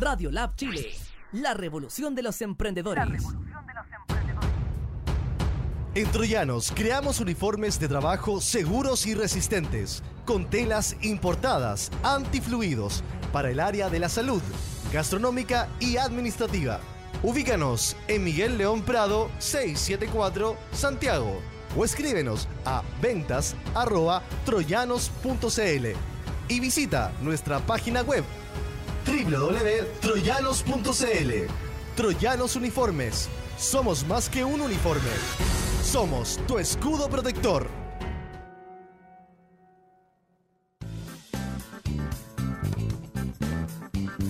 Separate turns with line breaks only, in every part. Radio Lab Chile, la revolución de los emprendedores.
En Troyanos creamos uniformes de trabajo seguros y resistentes, con telas importadas, antifluidos, para el área de la salud, gastronómica y administrativa. Ubícanos en Miguel León Prado 674 Santiago o escríbenos a ventas arroba troyanos.cl y visita nuestra página web www.troyanos.cl Troyanos Uniformes. Somos más que un uniforme. Somos tu escudo protector.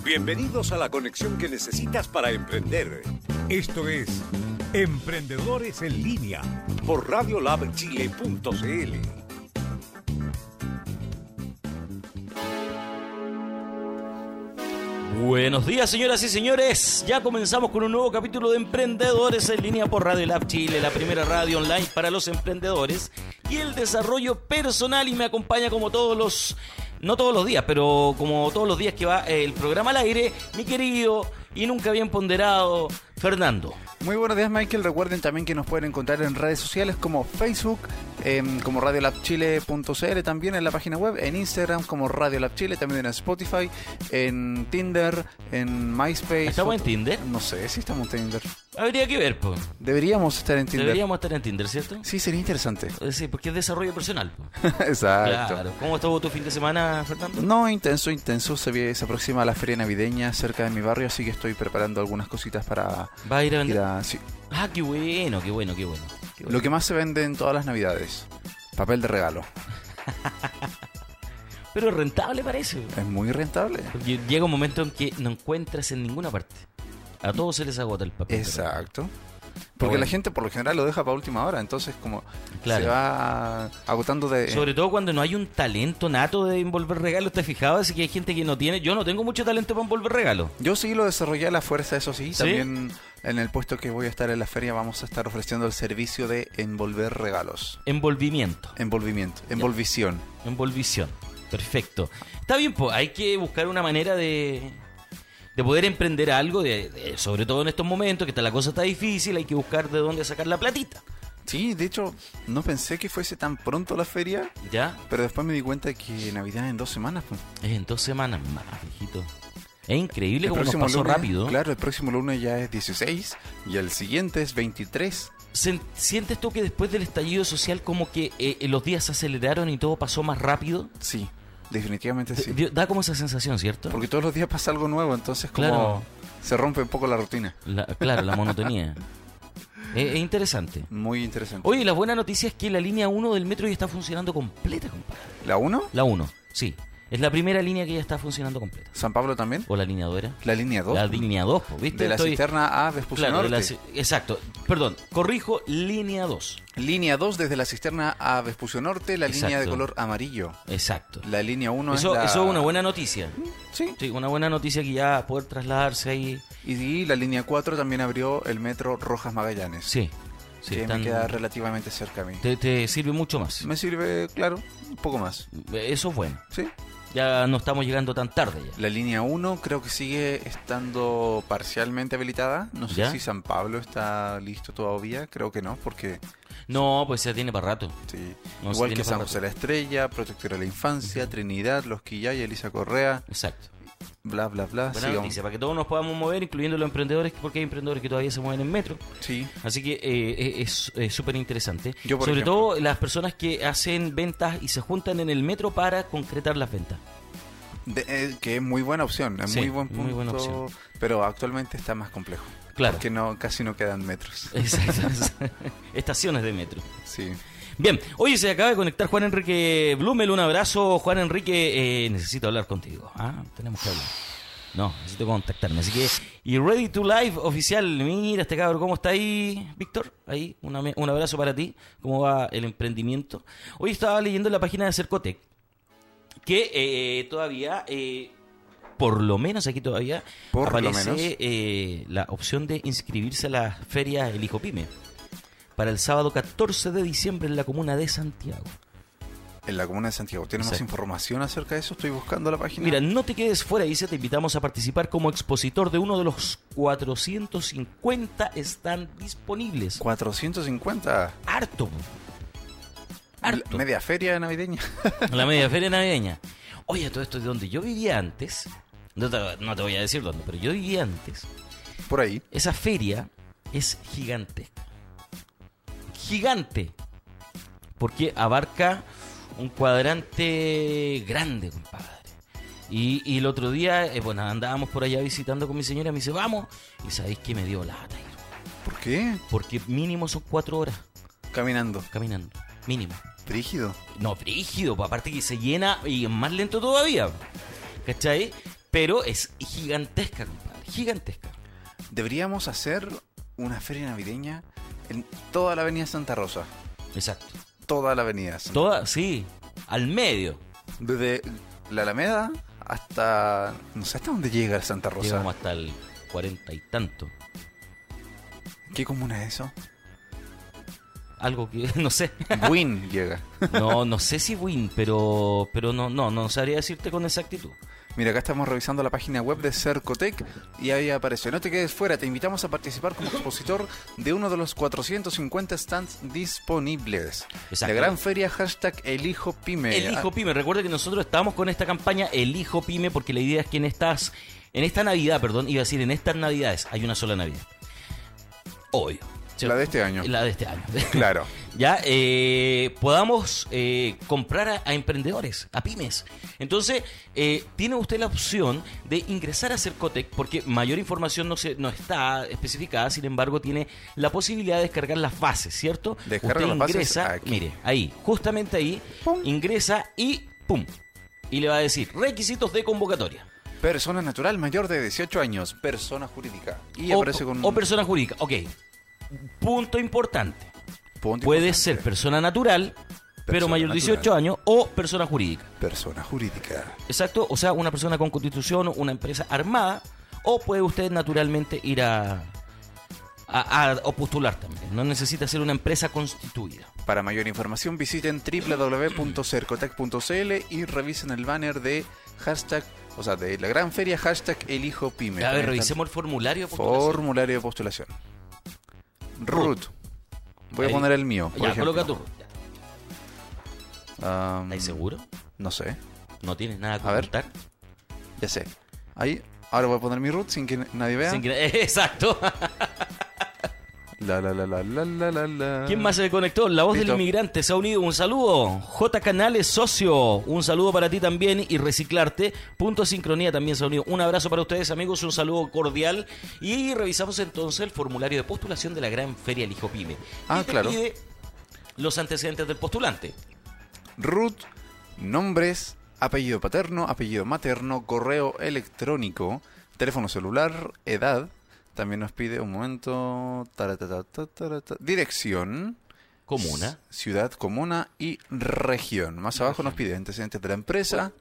Bienvenidos a la conexión que necesitas para emprender
Esto es Emprendedores en Línea.
por radiolabchile.cl.
Buenos días, señoras y señores. Ya comenzamos con un nuevo capítulo de Emprendedores en línea por Radio Lab Chile, la primera radio online para los emprendedores y el desarrollo personal. Y me acompaña como todos los, no todos los días, pero como todos los días que va el programa al aire, mi querido y nunca bien ponderado Fernando.
Muy buenos días Michael, recuerden también que nos pueden encontrar en redes sociales como Facebook, em, como radiolabchile.cl, también en la página web, en Instagram como radiolabchile, también en Spotify, en Tinder, en MySpace.
¿Estamos en Tinder?
No sé si estamos en Tinder.
Habría que ver, pues.
Deberíamos estar en Tinder.
Deberíamos estar en Tinder, ¿cierto?
Sí, sería interesante.
Eh, Sí, porque es desarrollo personal. po.
Exacto.
Claro. ¿Cómo estuvo tu fin de semana, Fernando?
No, intenso, intenso. Se, vie- se aproxima la feria navideña cerca de mi barrio, así que estoy preparando algunas cositas para
¿Va a ir a
ir
vender?
a... sí.
Ah, qué bueno, qué bueno, qué bueno. Qué bueno.
Lo que más se vende en todas las navidades, papel de regalo.
Pero es rentable parece.
Es muy rentable.
Porque llega un momento en que no encuentras en ninguna parte. A todos se les agota el papel.
Exacto. Porque
Bueno.
la gente por lo general lo deja para última hora, entonces como
Claro.
se va agotando de...
Sobre todo cuando no hay un talento nato de envolver regalos, ¿te fijado? Así que hay gente que no tiene. Yo no tengo mucho talento para envolver regalos.
Yo sí lo desarrollé a la fuerza, eso sí.
¿Sí?
También en el puesto que voy a estar en la feria vamos a estar ofreciendo el servicio de envolver regalos.
Envolvimiento,
Envolvimiento, envolvición.
envolvición. Perfecto. Está bien, pues hay que buscar una manera de, de poder emprender algo, de- de- sobre todo en estos momentos que está- la cosa está difícil, hay que buscar de dónde sacar la platita.
Sí, de hecho, no pensé que fuese tan pronto la feria,
¿Ya?
pero después me di cuenta que Navidad es en dos semanas. pues.
Es en dos semanas más, hijito. Es increíble
El
como nos
próximo
pasó
lunes-
rápido.
Claro, el próximo lunes ya es 16 y el siguiente es 23.
Sen- ¿Sientes tú que después del estallido social como que eh, eh, los días se aceleraron y todo pasó más rápido?
Sí, definitivamente sí.
Dio- Da como esa sensación, ¿cierto?
Porque todos los días pasa algo nuevo, entonces como
Claro.
se rompe un poco la rutina.
La- claro, la monotonía. Eh, es interesante.
Muy interesante.
Oye, la buena noticia es que la línea 1 del metro ya está funcionando completa, compadre.
¿La 1?
La 1, sí. Es la primera línea que ya está funcionando completa.
¿San Pablo también?
¿O la línea 2 era?
¿La línea 2?
La línea 2, po, ¿viste?
De la
Estoy-
cisterna a Vespucio
Claro, de la
Norte.
ci- exacto. Perdón, corrijo, línea 2.
Línea 2 desde la cisterna a Vespucio Norte, la línea de
Exacto.
color amarillo.
Exacto.
La línea 1
eso,
es la...
eso es una buena noticia.
Sí.
Sí, una buena noticia que ya poder trasladarse ahí.
Y, sí, la línea 4 también abrió el metro Rojas Magallanes.
Sí, sí,
que
están-
me queda relativamente cerca a mí.
te, te sirve mucho más.
Me sirve, claro, un poco más.
Eso es bueno.
Sí.
Ya no estamos llegando tan tarde ya.
La línea 1 creo que sigue estando parcialmente habilitada. No sé
¿Ya?
si San Pablo está listo todavía. Creo que no, porque
No, pues ya tiene para rato.
sí.
No, se
igual
tiene
que San
para
José la Estrella, Protectora de la Infancia, Trinidad, Los Quillay, Elisa Correa,
Exacto.
bla, bla, bla.
Buena
siga-
noticia, para que todos nos podamos mover, incluyendo los emprendedores, porque hay emprendedores que todavía se mueven en metro.
Sí,
Así que eh, eh, es eh, súper interesante.
Yo, por
Sobre
ejemplo.
todo las personas que hacen ventas y se juntan en el metro para concretar las ventas.
De- eh, que es muy buena opción, es
Sí,
muy buen punto.
muy buena opción.
Pero actualmente está más complejo.
Claro. Eh.
Porque no, casi no quedan metros.
Exacto. Estaciones de metro.
Sí.
Bien, oye, se acaba de conectar Juan Enrique Blumel. Un abrazo, Juan Enrique. Eh, necesito hablar contigo. Ah, tenemos que hablar. No, necesito contactarme. Así que, y Ready to Live oficial. Mira este cabrón, ¿cómo está ahí, Víctor? Ahí, una me- un abrazo para ti. ¿Cómo va el emprendimiento? Hoy estaba leyendo la página de Cercotec que eh, todavía, eh, por lo menos aquí todavía,
Por lo
aparece
menos.
eh, la opción de inscribirse a las ferias Elijo Pyme para el sábado 14 de diciembre en la comuna de Santiago.
en la comuna de Santiago. ¿Tienes más
Exacto.
información acerca de eso? Estoy buscando la página.
Mira, no te quedes fuera, Isa, te invitamos a participar como expositor de uno de los 450 están disponibles.
450.
Harto. po. Harto.
Media feria navideña.
La media feria navideña. Oye, todo esto de donde yo vivía antes, no te, no te voy a decir dónde, pero yo vivía antes,
Por ahí.
esa feria es gigantesca. Gigante. Porque abarca un cuadrante grande, compadre. Y, y el otro día, eh, bueno, andábamos por allá visitando con mi señora, me dice, vamos. Y sabéis que me dio lata.
¿Por qué?
Porque mínimo son cuatro horas
Caminando.
caminando. Mínimo.
Rígido.
No, brígido, pues, aparte que se llena y es más lento todavía. ¿Cachai? Pero es gigantesca, compadre. Gigantesca.
Deberíamos hacer una feria navideña en toda la avenida Santa Rosa.
Exacto.
Toda la avenida. Santa-
Toda, sí. Al medio.
Desde la Alameda hasta... No sé hasta dónde llega Santa Rosa.
Llegamos hasta el cuarenta y tanto.
¿Qué comuna es eso?
Algo que, no sé.
Win llega.
No, no sé si win, pero, pero no, no, no sabría decirte con exactitud.
Mira, acá estamos revisando la página web de Cercotec y ahí aparece. No te quedes fuera, te invitamos a participar como expositor de uno de los 450 stands disponibles.
Exacto.
La gran feria hashtag Elijo Pyme.
El hijo pyme, recuerda que nosotros estábamos con esta campaña El hijo pyme porque la idea es que en estas en esta Navidad, perdón, iba a decir en estas Navidades, hay una sola Navidad. Obvio. ¿cierto?
La de este año.
La de este año.
Claro.
ya eh, podamos eh, comprar a, a emprendedores, a pymes. Entonces, eh, tiene usted la opción de ingresar a Cercotec, porque mayor información no, se, no está especificada, sin embargo, tiene la posibilidad de descargar las bases, ¿cierto?
Descarga
usted
las bases
ingresa,
aquí.
mire, ahí, justamente ahí,
Pum.
ingresa y ¡pum! Y le va a decir requisitos de convocatoria.
Persona natural mayor de 18 años, persona jurídica. Y
o,
aparece con un
o persona jurídica. Ok. Punto importante.
punto
Puede
importante.
ser persona natural, pero
Persona
mayor de 18
natural.
años, o persona jurídica.
persona jurídica.
Exacto, o sea, una persona con constitución, una empresa armada, o puede usted naturalmente ir a, a, a- o postular también. No necesita ser una empresa constituida.
Para mayor información visiten www.cercotec.cl y revisen el banner de hashtag, o sea, de la gran feria hashtag Elijo Pyme.
A ver,
También
revisemos el formulario. de postulación.
Formulario de postulación. Root. Voy
Ahí.
a poner el mío. Por
ya,
ejemplo.
coloca tú. Ya.
Am,
¿Estás seguro?
no sé.
No tienes nada que
Mm. A ver.
ocultar.
Ya sé. Ahí. Ahora voy a poner mi root sin que nadie vea.
Sin que- Exacto.
La, la, la, la, la, la, la, la.
¿Quién más se conectó? La voz
Listo.
del inmigrante se ha unido. Un saludo. J Canales, socio. Un saludo para ti también y reciclarte. Punto Sincronía también se ha unido. Un abrazo para ustedes, amigos. Un saludo cordial. Y revisamos entonces el formulario de postulación de la gran feria El Hijo Pyme.
Ah,
Y te
claro.
pide los antecedentes del postulante.
Root. Nombres. Apellido paterno. Apellido materno. Correo electrónico. Teléfono celular. Edad. También nos pide un momento. taratatata, tarata- dirección.
Comuna.
Ciudad, comuna y región. Más abajo nos pide antecedentes de la empresa.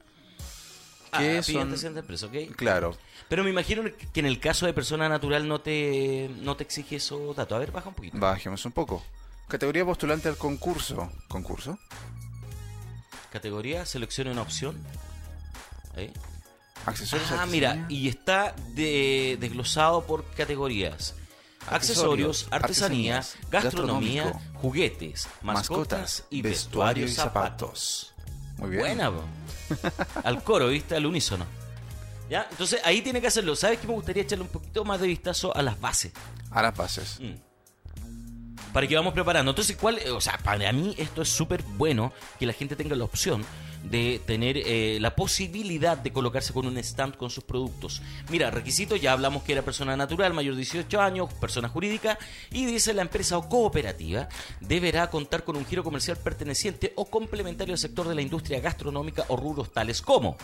¿Qué
Ah, pide
son?
antecedentes del preso, ok.
Claro.
Pero me imagino que en el caso de persona natural no te, no te exige esos datos. A ver, baja un poquito.
Bajemos un poco. Categoría postulante al concurso. ¿Concurso?
Categoría, seleccione una opción. ¿Eh? Ahí.
Accesorios.
Ah,
artesanía,
mira, y está de- desglosado por categorías. Accesorios,
Accesorios,
artesanía,
artesanías,
gastronomía,
gastronómico,
juguetes, mascotas y vestuario y zapatos.
Muy bien.
Buena, po. Al coro, ¿viste? Al unísono. ¿Ya? Entonces ahí tiene que hacerlo. ¿Sabes qué? Me gustaría echarle un poquito más de vistazo a las bases.
A las bases.
Mm. Para que vamos preparando. Entonces, ¿cuál? eh, O sea, para mí esto es súper bueno que la gente tenga la opción de tener eh, la posibilidad de colocarse con un stand con sus productos. Mira, requisito, ya hablamos que era persona natural, mayor de 18 años, persona jurídica, y dice la empresa o cooperativa deberá contar con un giro comercial perteneciente o complementario al sector de la industria gastronómica o rubros tales como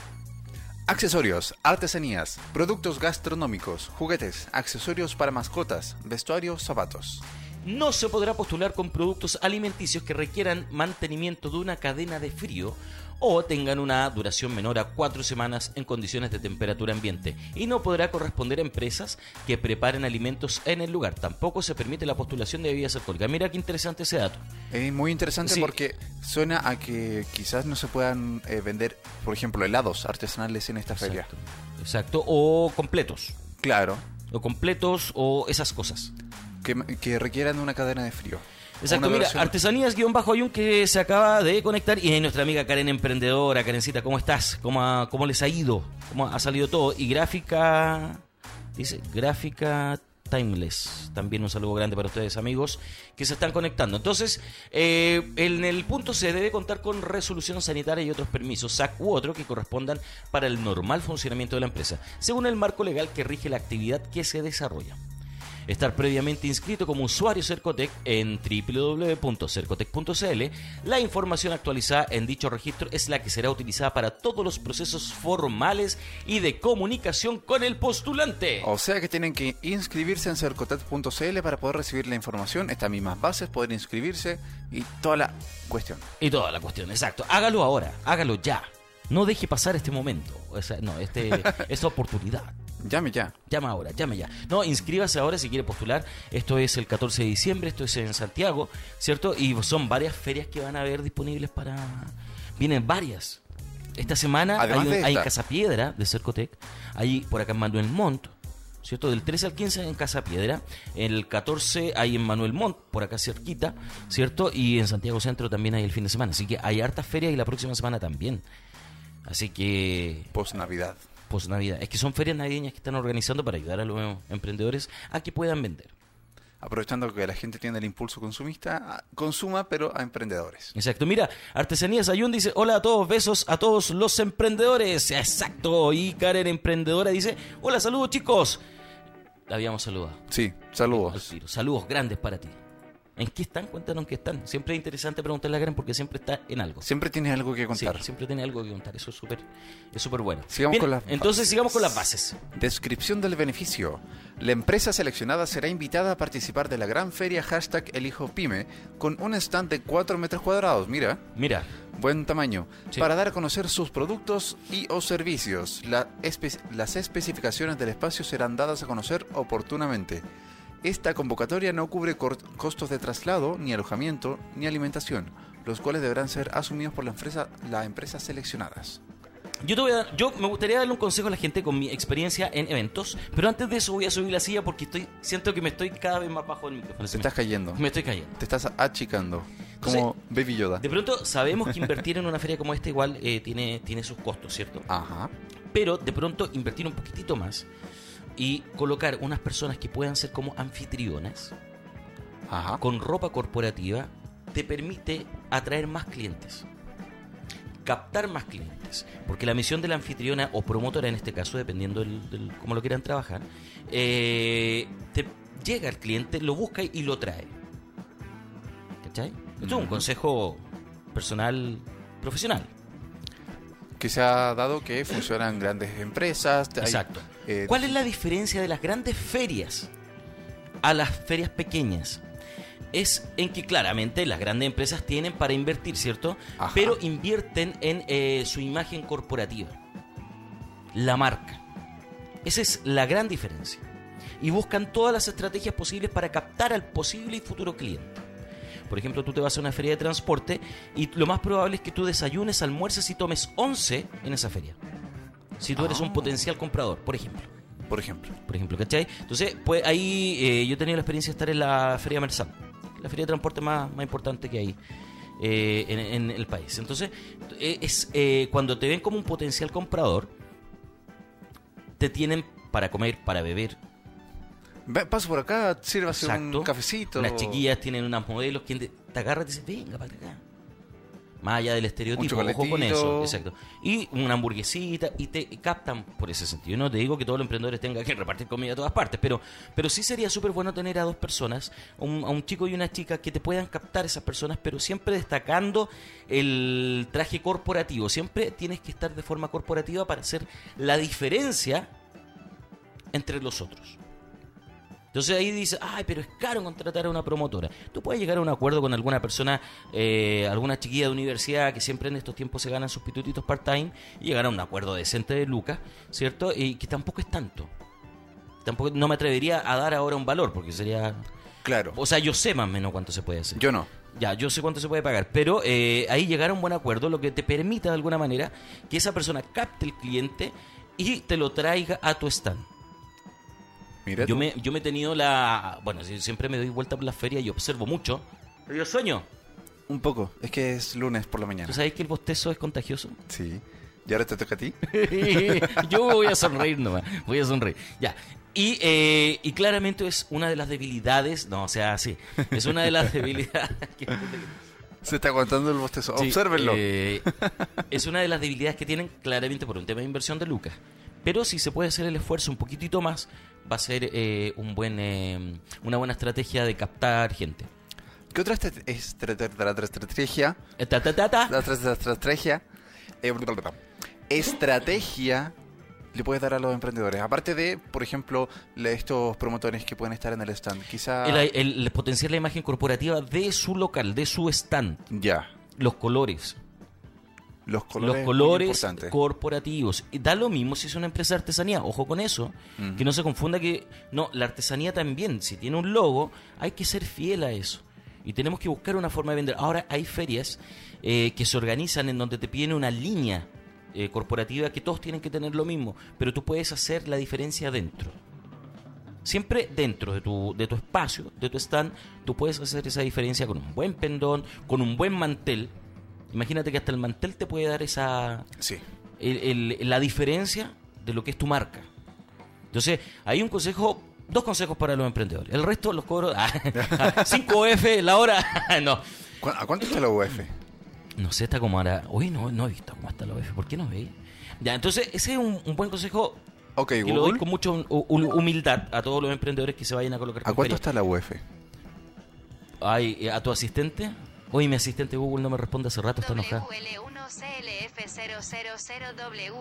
Accesorios, artesanías, productos gastronómicos, juguetes, accesorios para mascotas, vestuario, zapatos.
No se podrá postular con productos alimenticios que requieran mantenimiento de una cadena de frío o tengan una duración menor a cuatro semanas en condiciones de temperatura ambiente y no podrá corresponder a empresas que preparen alimentos en el lugar. Tampoco se permite la postulación de bebidas alcohólicas. Mira qué interesante ese dato.
Es Eh, muy interesante
Sí.
porque suena a que quizás no se puedan eh, vender, por ejemplo, helados artesanales en esta feria.
Exacto. Exacto. O completos.
Claro,
O completos o esas cosas.
que, que requieran una cadena de frío.
Exacto,
Una
mira,
versión-
artesanías-ayun que se acaba de conectar y nuestra amiga Karen Emprendedora, Karencita, ¿cómo estás? ¿Cómo, ha- cómo les ha ido? ¿Cómo ha salido todo? Y gráfica, dice, gráfica timeless, también un saludo grande para ustedes amigos que se están conectando. Entonces, eh, en el punto se debe contar con resolución sanitaria y otros permisos, SAC u otro, que correspondan para el normal funcionamiento de la empresa, según el marco legal que rige la actividad que se desarrolla estar previamente inscrito como usuario Cercotec en www.cercotec.cl. La información actualizada en dicho registro es la que será utilizada para todos los procesos formales y de comunicación con el postulante.
O sea que tienen que inscribirse en cercotet.cl para poder recibir la información, estas mismas bases, poder inscribirse y toda la cuestión.
Y toda la cuestión, exacto. Hágalo ahora, hágalo ya. No deje pasar este momento, o sea, no, este, esta oportunidad.
Llame ya.
Llama ahora, llame ya. No, inscríbase ahora si quiere postular. Esto es el 14 de diciembre, esto es en Santiago, ¿cierto? Y son varias ferias que van a haber disponibles para... Vienen varias. Esta semana hay,
Además
un-
de
hay en
esta.
Casapiedra, de Cercotec, hay por acá en Manuel Montt, ¿cierto? Del 13 al 15 en Casapiedra, el 14 hay en Manuel Montt, por acá cerquita, ¿cierto? Y en Santiago Centro también hay el fin de semana. Así que hay hartas ferias y la próxima semana también. Así que
Post Navidad.
post Navidad. Es que son ferias navideñas que están organizando para ayudar a los emprendedores a que puedan vender.
Aprovechando que la gente tiene el impulso consumista, ah, consuma, pero a emprendedores.
Exacto. Mira, Artesanías Ayun dice, hola a todos, besos a todos los emprendedores. Exacto. Y Karen Emprendedora dice, hola, saludos chicos. La habíamos saludado.
Sí,
Al
saludos.
tiro. Saludos grandes para ti. ¿En qué están? Cuéntanos en qué están. Siempre es interesante preguntarle a Karen porque siempre está en algo.
Siempre tienes algo que
Sí,
contar.
siempre tiene algo que contar. Eso es súper es súper bueno.
Sigamos con las
entonces
bases.
sigamos con las bases.
Descripción del beneficio. La empresa seleccionada será invitada a participar de la gran feria hashtag Elijo Pyme con un stand de 4 metros cuadrados, mira,
Mira,
buen tamaño,
Sí.
para dar a conocer sus productos y o servicios. La espe- las especificaciones del espacio serán dadas a conocer oportunamente. Esta convocatoria no cubre cor- costos de traslado, ni alojamiento, ni alimentación, los cuales deberán ser asumidos por la empresa, las empresas seleccionadas.
Yo, te voy a dar- yo me gustaría darle un consejo a la gente con mi experiencia en eventos, pero antes de eso voy a subir la silla porque estoy siento que me estoy cada vez más bajo el micrófono.
Te estás cayendo.
Me estoy cayendo.
Te estás achicando. Como Baby Yoda.
De pronto sabemos que invertir en una feria como esta igual eh, tiene, tiene sus costos, ¿cierto?
Ajá.
Pero de pronto invertir un poquitito más y colocar unas personas que puedan ser como anfitrionas
Ajá.
con ropa corporativa te permite atraer más clientes, captar más clientes, porque la misión de la anfitriona o promotora en este caso, dependiendo del, del- cómo lo quieran trabajar, eh, te llega al cliente, lo busca y lo trae. ¿Cachai? Esto es un
Ujú.
consejo personal profesional.
Que se ha dado que funcionan grandes empresas. hay,
Exacto.
eh,
¿Cuál es la diferencia de las grandes ferias a las ferias pequeñas? Es en que claramente las grandes empresas tienen para invertir, ¿cierto?
Ajá.
Pero invierten en eh, su imagen corporativa, la marca. Esa es la gran diferencia. Y buscan todas las estrategias posibles para captar al posible y futuro cliente. Por ejemplo, tú te vas a una feria de transporte y lo más probable es que tú desayunes, almuerces y tomes 11 en esa feria. Si tú eres un
Ah.
potencial comprador, por ejemplo
Por ejemplo.
por ejemplo, ¿cachai? Entonces, pues ahí eh, yo he tenido la experiencia de estar en la Feria Mersal, la feria de transporte más, más importante que hay eh, en, en el país. Entonces, eh, es eh, cuando te ven como un potencial comprador, te tienen para comer, para beber.
Ve, paso por acá, sírvase
Exacto.
un cafecito.
Las chiquillas tienen unas modelos, quien te, te agarra y te dice, venga para acá. Más allá del estereotipo,
Un
ojo con eso,
chocolatito.
exacto. Y una hamburguesita, y te captan por ese sentido. Yo No te digo que todos los emprendedores tengan que repartir comida a todas partes, pero, pero sí sería súper bueno tener a dos personas, un- a un chico y una chica, que te puedan captar esas personas, pero siempre destacando el traje corporativo. Siempre tienes que estar de forma corporativa para hacer la diferencia entre los otros. Entonces ahí dice, ay, pero es caro contratar a una promotora. Tú puedes llegar a un acuerdo con alguna persona, eh, alguna chiquilla de universidad que siempre en estos tiempos se ganan sus pitutitos part-time y llegar a un acuerdo decente de lucas, ¿cierto? Y que tampoco es tanto. Tampoco, no me atrevería a dar ahora un valor porque sería...
Claro.
O sea, yo sé más o menos cuánto se puede hacer.
Yo no.
Ya, yo sé cuánto se puede pagar, pero eh, ahí llegar a un buen acuerdo, lo que te permita de alguna manera que esa persona capte el cliente y te lo traiga a tu stand.
Mira
Yo
tú.
me, yo me he tenido la... Bueno, si- siempre me doy vuelta por la feria y observo mucho. Pero yo sueño.
Un poco. Es que es lunes por la mañana.
¿Tú sabes que el bostezo es contagioso?
Sí. ¿Y ahora te toca a ti?
yo voy a sonreír nomás. Voy a sonreír. Ya. Y, eh, y claramente es una de las debilidades... No, o sea, sí. Es una de las debilidades...
Se está aguantando el bostezo.
Sí,
Obsérvenlo.
eh, es una de las debilidades que tienen claramente por un tema de inversión de Lucas. Pero si se puede hacer el esfuerzo un poquitito más, va a ser eh, un buen, eh, una buena estrategia de captar gente.
¿Qué otra estra- estra- estra- estra- estrategia?
Eh, ta, ta, ta, ta.
La otra estra- estrategia. eh, bla, bla, bla, Estrategia le puedes dar a los emprendedores. Aparte de, por ejemplo, la- estos promotores que pueden estar en el stand. Quizá.
El, el- el potenciar la imagen corporativa de su local, de su stand,
Ya.
los colores,
Los colores.
los
muy
colores
importantes.
corporativos. Y Da lo mismo si es una empresa de artesanía, ojo con eso,
Mm.
que no se confunda que no, la artesanía también, si tiene un logo, hay que ser fiel a eso. Y tenemos que buscar una forma de vender. Ahora hay ferias eh, que se organizan en donde te piden una línea eh, corporativa que todos tienen que tener lo mismo, pero tú puedes hacer la diferencia dentro. Siempre dentro de tu, de tu espacio, de tu stand, tú puedes hacer esa diferencia con un buen pendón, con un buen mantel. Imagínate que hasta el mantel te puede dar esa
Sí.
el- el- la diferencia de lo que es tu marca. Entonces, hay un consejo, dos consejos para los emprendedores. El resto los cobros. 5F, la hora. no.
¿Cu- ¿A cuánto está la UF?
No sé, está como ahora. Uy, no, no he visto cómo está la UF. ¿Por qué no veía? Ya, entonces, ese es un, un buen consejo
Ok,
y lo doy
Google.
con mucha hu- hu- humildad a todos los emprendedores que se vayan a colocar.
¿A
con
cuánto
feria.
está la UF?
Ay, eh, a tu asistente. Oye, mi asistente Google no me responde hace rato, está enojado.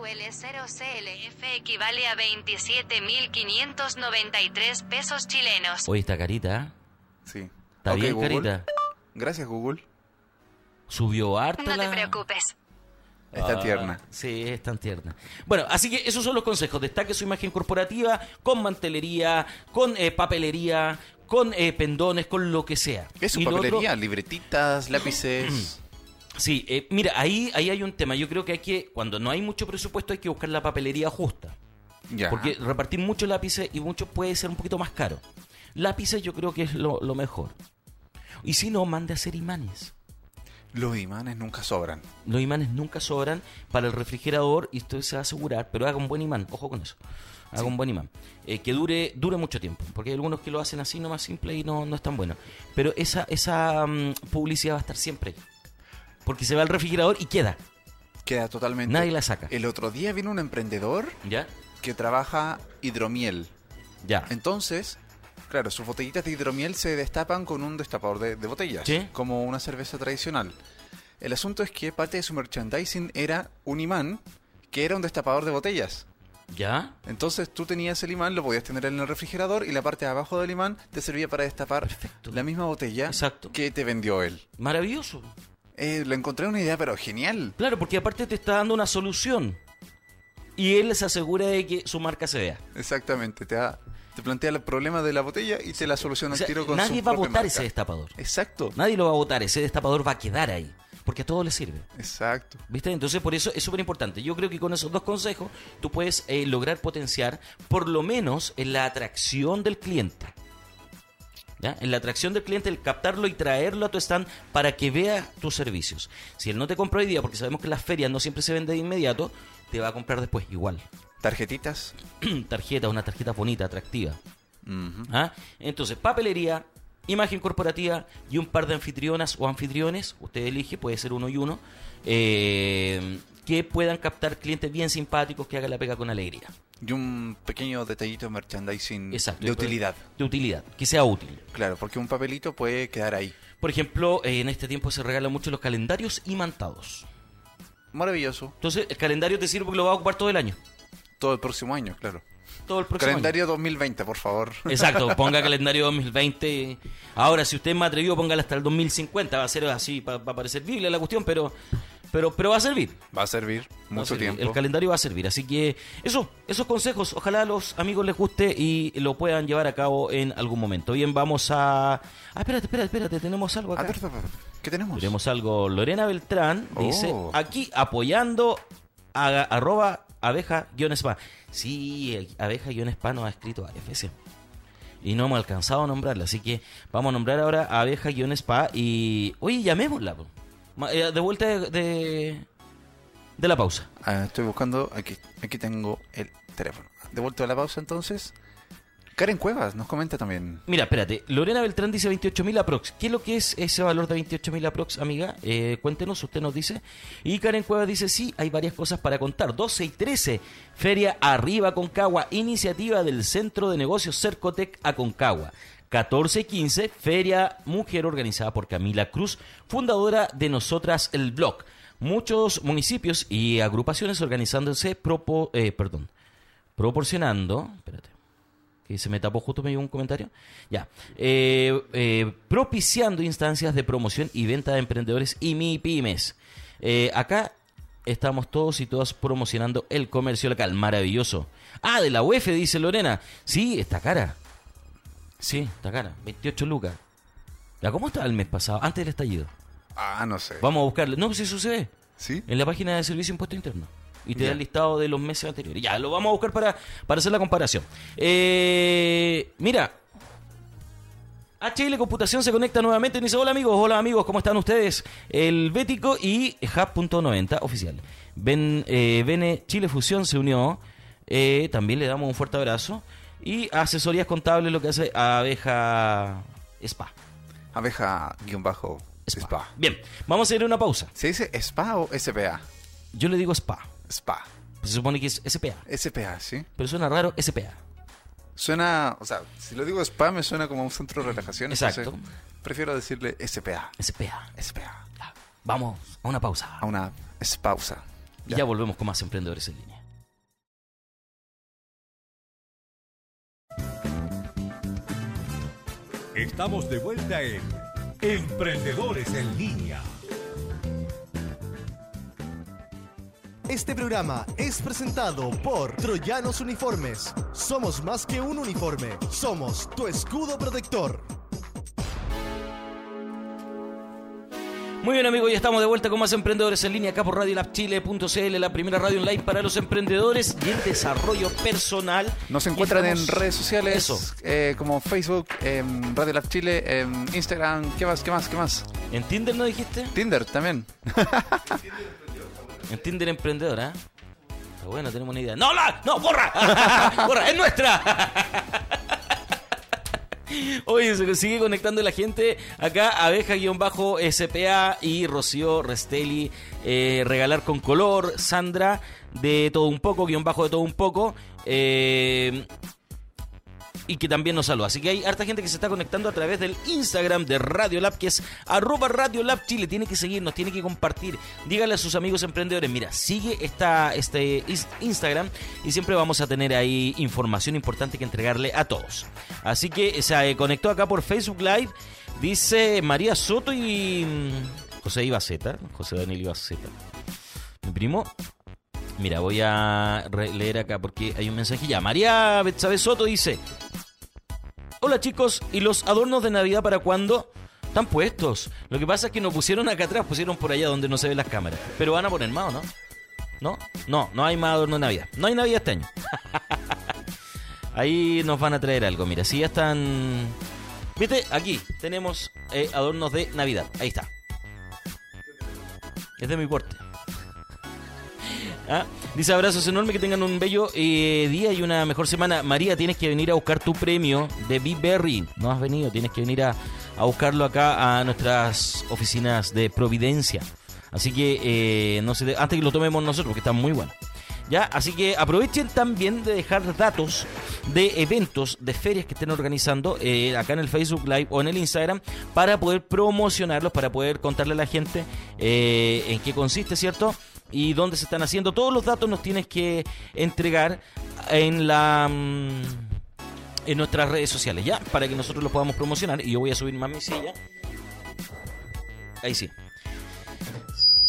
WL1CLF000WL0CLF equivale a 27.593 pesos chilenos.
Oye, está carita, ¿eh?
Sí.
Está
Ok,
bien,
Google.
carita.
Gracias, Google.
Subió harto
No te
la-
preocupes.
Está
Ah,
tierna.
Sí, es tan tierna. Bueno, así que esos son los consejos. Destaque su imagen corporativa con mantelería, con eh, papelería, con eh, pendones, con lo que sea.
Es
Y
su
lo otro-
papelería, libretitas, lápices.
sí, eh, mira, ahí, ahí hay un tema. Yo creo que hay que, cuando no hay mucho presupuesto, hay que buscar la papelería justa.
ya.
Porque repartir muchos lápices y muchos puede ser un poquito más caro. Lápices yo creo que es lo, lo mejor. Y si no, mande a hacer imanes.
Los imanes nunca sobran.
Los imanes nunca sobran para el refrigerador y esto se va a asegurar, pero haga un buen imán, ojo con eso. Haga un buen imán. Eh, que dure, dure mucho tiempo, porque hay algunos que lo hacen así nomás simple y no, no es tan bueno. Pero esa, esa mm, publicidad va a estar siempre ahí. Porque se va al refrigerador y queda.
Queda totalmente.
Nadie la saca.
El otro día vino un emprendedor
¿Ya?
que trabaja hidromiel.
Ya.
Entonces, claro, sus botellitas de hidromiel se destapan con un destapador de, de botellas,
Sí.
como una cerveza tradicional. El asunto es que parte de su merchandising era un imán que era un destapador de botellas.
¿Ya?
Entonces tú tenías el imán, lo podías tener en el refrigerador y la parte de abajo del imán te servía para destapar
Perfecto.
la misma botella
Exacto.
que te vendió él.
Maravilloso.
Eh, lo encontré una idea, pero genial.
Claro, porque aparte te está dando una solución. Y él se asegura de que su marca se vea.
Exactamente, te, da- te plantea el problema de la botella y te la soluciona
O
al
sea,
tiro con
nadie
su
va a
propia
botar
marca.
ese destapador.
Exacto,
Nadie lo va a votar, ese destapador va a quedar ahí, porque a todo le sirve.
exacto.
¿Viste? Entonces, por eso es súper importante. Yo creo que con esos dos consejos tú puedes eh, lograr potenciar, por lo menos, en la atracción del cliente. ¿Ya? En la atracción del cliente, el captarlo y traerlo a tu stand para que vea tus servicios. Si él no te compra hoy día, porque sabemos que las ferias no siempre se vende de inmediato, te va a comprar después igual.
Tarjetitas.
tarjeta, una tarjeta bonita, atractiva.
Ujú.
¿Ah? Entonces, papelería, imagen corporativa y un par de anfitrionas o anfitriones, usted elige, puede ser uno y uno, eh, que puedan captar clientes bien simpáticos que hagan la pega con alegría.
Y un pequeño detallito de merchandising
Exacto.
Mm, de utilidad.
De utilidad, que sea útil.
Claro, porque un papelito puede quedar ahí.
Por ejemplo, eh, en este tiempo se regalan mucho los calendarios imantados.
Maravilloso.
Entonces, el calendario te sirve porque lo va a ocupar todo el año.
Todo el próximo año, claro.
todo el próximo año.
Calendario 2020, por favor.
Exacto, ponga calendario 2020. y- Ahora, si usted es más atrevido, póngala hasta el 2050. Va a ser así, pa- va, a parecer biblia la cuestión, pero, pero, pero va a servir. Va
Va a servir
a
mucho
servir.
tiempo.
El calendario va a servir. Así que eso, esos consejos, ojalá a los amigos les guste y lo puedan llevar a cabo en algún momento. Bien, vamos a. Ah, espérate, espérate, espérate, tenemos algo
Ah,
acá.
pero, pero, pero, ¿Qué tenemos?
Tenemos algo. Lorena Beltrán dice,
Oh.
aquí apoyando a arroba abeja-spa. Sí, abeja-spa nos ha escrito AFC. Y no hemos alcanzado a nombrarla, así que vamos a nombrar ahora a abeja-spa y... Oye, llamémosla. po. Ma- eh, De vuelta de, de, de la pausa.
Ah, estoy buscando. Aquí, aquí tengo el teléfono. De vuelta a la pausa, entonces. Karen Cuevas nos comenta también.
Mira, espérate. Lorena Beltrán dice 28.000 aprox. ¿Qué es lo que es ese valor de 28.000 aprox, amiga? Eh, cuéntenos, usted nos dice. Y Karen Cuevas dice, sí, hay varias cosas para contar. 12 y 13, Feria Arriba Aconcagua, iniciativa del Centro de Negocios Cercotec Aconcagua. 14 y 15, Feria Mujer organizada por Camila Cruz, fundadora de Nosotras el Blog. Muchos municipios y agrupaciones organizándose, propo- eh, perdón, proporcionando... Espérate que se me tapó justo, me llegó un comentario. Ya. Eh, eh, propiciando instancias de promoción y venta de emprendedores y mi pymes. Eh, acá estamos todos y todas promocionando el comercio local. Maravilloso. Ah, de la UEF, dice Lorena. Sí, está cara. Sí, está cara. 28 lucas. Ya, ¿Cómo estaba el mes pasado? Antes del estallido.
Ah, no sé.
Vamos a buscarlo. No, pues eso se ve.
¿Sí?
En la página de Servicio de Impuesto Interno. Y te da el listado de los meses anteriores. Ya, lo vamos a buscar para, para hacer la comparación. Eh, mira. HL Computación se conecta nuevamente y dice, hola amigos, hola amigos, ¿cómo están ustedes? El Bético y Hub.90 oficial. Ven, eh, Bene Chile Fusión se unió. Eh, también le damos un fuerte abrazo. Y asesorías contables, lo que hace Abeja Spa.
Abeja-spa.
Spa. Bien, vamos a ir a una pausa.
¿Se dice spa o SPA?
Yo le digo spa.
Spa.
Se supone que es SPA.
SPA, ¿sí?
Pero suena raro SPA.
Suena, o sea, si lo digo spa me suena como un centro de relajación.
Exacto.
entonces Prefiero decirle SPA.
SPA.
SPA.
Ya. Vamos a una pausa.
A una pausa.
Y ya volvemos con más emprendedores en línea.
Estamos de vuelta en Emprendedores en Línea.
Este programa es presentado por Troyanos Uniformes. Somos más que un uniforme, somos tu escudo protector.
Muy bien, amigos, ya estamos de vuelta con más emprendedores en línea acá por RadioLabChile.cl, la primera radio online para los emprendedores y el desarrollo personal.
Nos
Y
encuentran en
estamos-
redes sociales
Eso.
eh, como Facebook, em, Radio Lab Chile, em, Instagram, ¿qué más? ¿Qué más? ¿Qué más?
¿En Tinder no dijiste?
Tinder también.
En Tinder emprendedora. ¿eh? Está bueno, tenemos una idea. ¡No, la! ¡No, borra! ¡Borra! ¡Es nuestra! Oye, se sigue conectando la gente. Acá abeja-spa y Rocío Restelli. eh, regalar con color. Sandra de todo un poco, guión bajo de todo un poco. Eh, y que también nos saluda. Así que hay harta gente que se está conectando a través del Instagram de Radio Lab, que es arroba Radio Lab Chile. Tiene que seguirnos, tiene que compartir. Dígale a sus amigos emprendedores, mira, sigue esta, este is- Instagram y siempre vamos a tener ahí información importante que entregarle a todos. Así que se eh, conectó acá por Facebook Live, dice María Soto y mm, José Ibaceta, José Daniel Ibaceta. Mi primo, Mira, voy a re- leer acá porque hay un mensaje ya. María Betsabe Soto dice: Hola chicos, ¿y los adornos de Navidad para cuándo? Están puestos. Lo que pasa es que no pusieron acá atrás, pusieron por allá donde no se ven las cámaras. Pero van a poner más, ¿o no? ¿No? No, no hay más adorno de Navidad. No hay Navidad este año. Ahí nos van a traer algo, mira. Si ya están. Viste, aquí tenemos eh, adornos de Navidad. Ahí está. Es de mi porte. Ah, Dice abrazos enormes, que tengan un bello eh, día y una mejor semana. María, tienes que venir a buscar tu premio de B-Berry. No has venido, tienes que venir a, a buscarlo acá a nuestras oficinas de Providencia. Así que eh, no se te- antes que lo tomemos nosotros, porque está muy bueno. ¿Ya? Así que aprovechen también de dejar datos de eventos, de ferias que estén organizando eh, acá en el Facebook Live o en el Instagram para poder promocionarlos, para poder contarle a la gente eh, en qué consiste, ¿cierto? Y dónde se están haciendo. Todos los datos nos tienes que entregar en la mm, en nuestras redes sociales, ¿ya? Para que nosotros los podamos promocionar. Y yo voy a subir más mi silla. Ahí sí.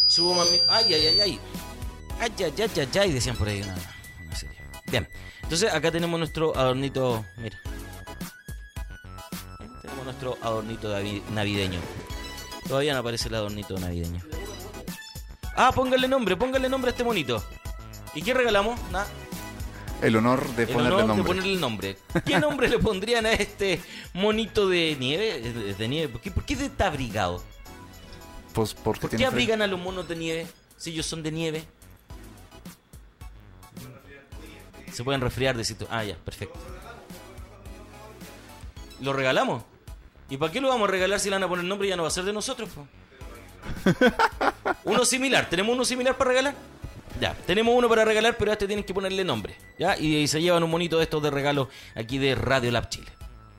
Subo más mi... Ay, ay, ay, ay. Ay, ay, ay, ay, ay, decían por ahí una, una serie. Bien. Entonces acá tenemos nuestro adornito. Mira. Ahí Tenemos nuestro adornito davi- navideño. Todavía no aparece el adornito navideño. Ah, póngale nombre, póngale nombre a este monito. ¿Y qué regalamos? Nada.
El honor de
El
ponerle
honor
nombre.
de ponerle el nombre. ¿Qué nombre le pondrían a este monito de nieve? Eh, De nieve. ¿Por qué, por qué está abrigado?
Pues porque
¿Por qué
tiene frío.
abrigan a los monos de nieve si ellos son de nieve? Se pueden resfriar, decís tú. Ah, ya, perfecto. ¿Lo regalamos? ¿Y para qué lo vamos a regalar si le van a poner nombre y ya no va a ser de nosotros? po? uno similar, ¿tenemos uno similar para regalar? Ya, tenemos uno para regalar, pero a este tienen que ponerle nombre. ¿Ya? Y, y se llevan un monito de estos de regalo aquí de Radio Lab Chile.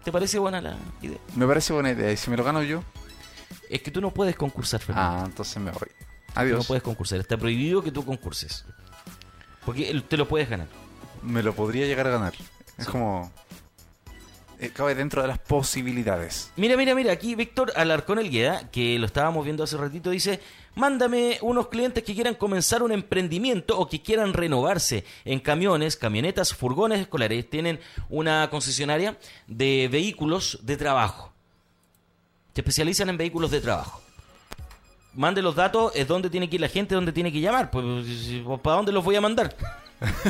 ¿Te parece buena la idea?
Me parece buena idea. ¿Y si me lo gano yo?
Es que tú no puedes concursar, Fernando.
Ah, entonces me voy.
Tú
Adiós.
No puedes concursar. Está prohibido que tú concurses. Porque el- te lo puedes ganar.
Me lo podría llegar a ganar. Es como. eh, Cabe dentro de las posibilidades.
Mira, mira, mira. Aquí Víctor Alarcón Elgueda, que lo estábamos viendo hace ratito, dice: Mándame unos clientes que quieran comenzar un emprendimiento o que quieran renovarse en camiones, camionetas, furgones escolares. Tienen una concesionaria de vehículos de trabajo. Se especializan en vehículos de trabajo. Mande los datos, es dónde tiene que ir la gente, dónde tiene que llamar. Pues, ¿para dónde los voy a mandar?
¿Para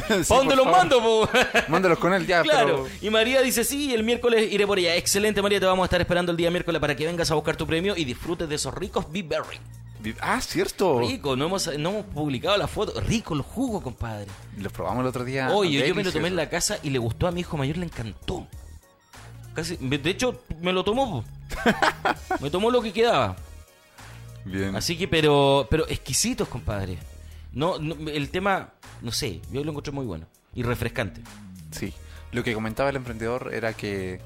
¿Para dónde los mando? po?
Mándalos con él ya,
Claro,
Ah, pero.
y María dice, sí, el miércoles iré por ella. Excelente, María, te vamos a estar esperando el día miércoles para que vengas a buscar tu premio y disfrutes de esos ricos B-Berry.
Vi- Ah, cierto.
Rico, no hemos, no hemos publicado la foto. Rico el jugo, compadre.
Los probamos el otro día.
Oye, yo me lo
Delicioso.
tomé en la casa y le gustó a mi hijo mayor, le encantó. Casi, de hecho, me lo tomó. po. me tomó lo que quedaba.
Bien.
Así que, pero, pero exquisitos, compadre. No, no, el tema, no sé, yo lo encontré muy bueno y refrescante.
Sí. Lo que comentaba el emprendedor era que.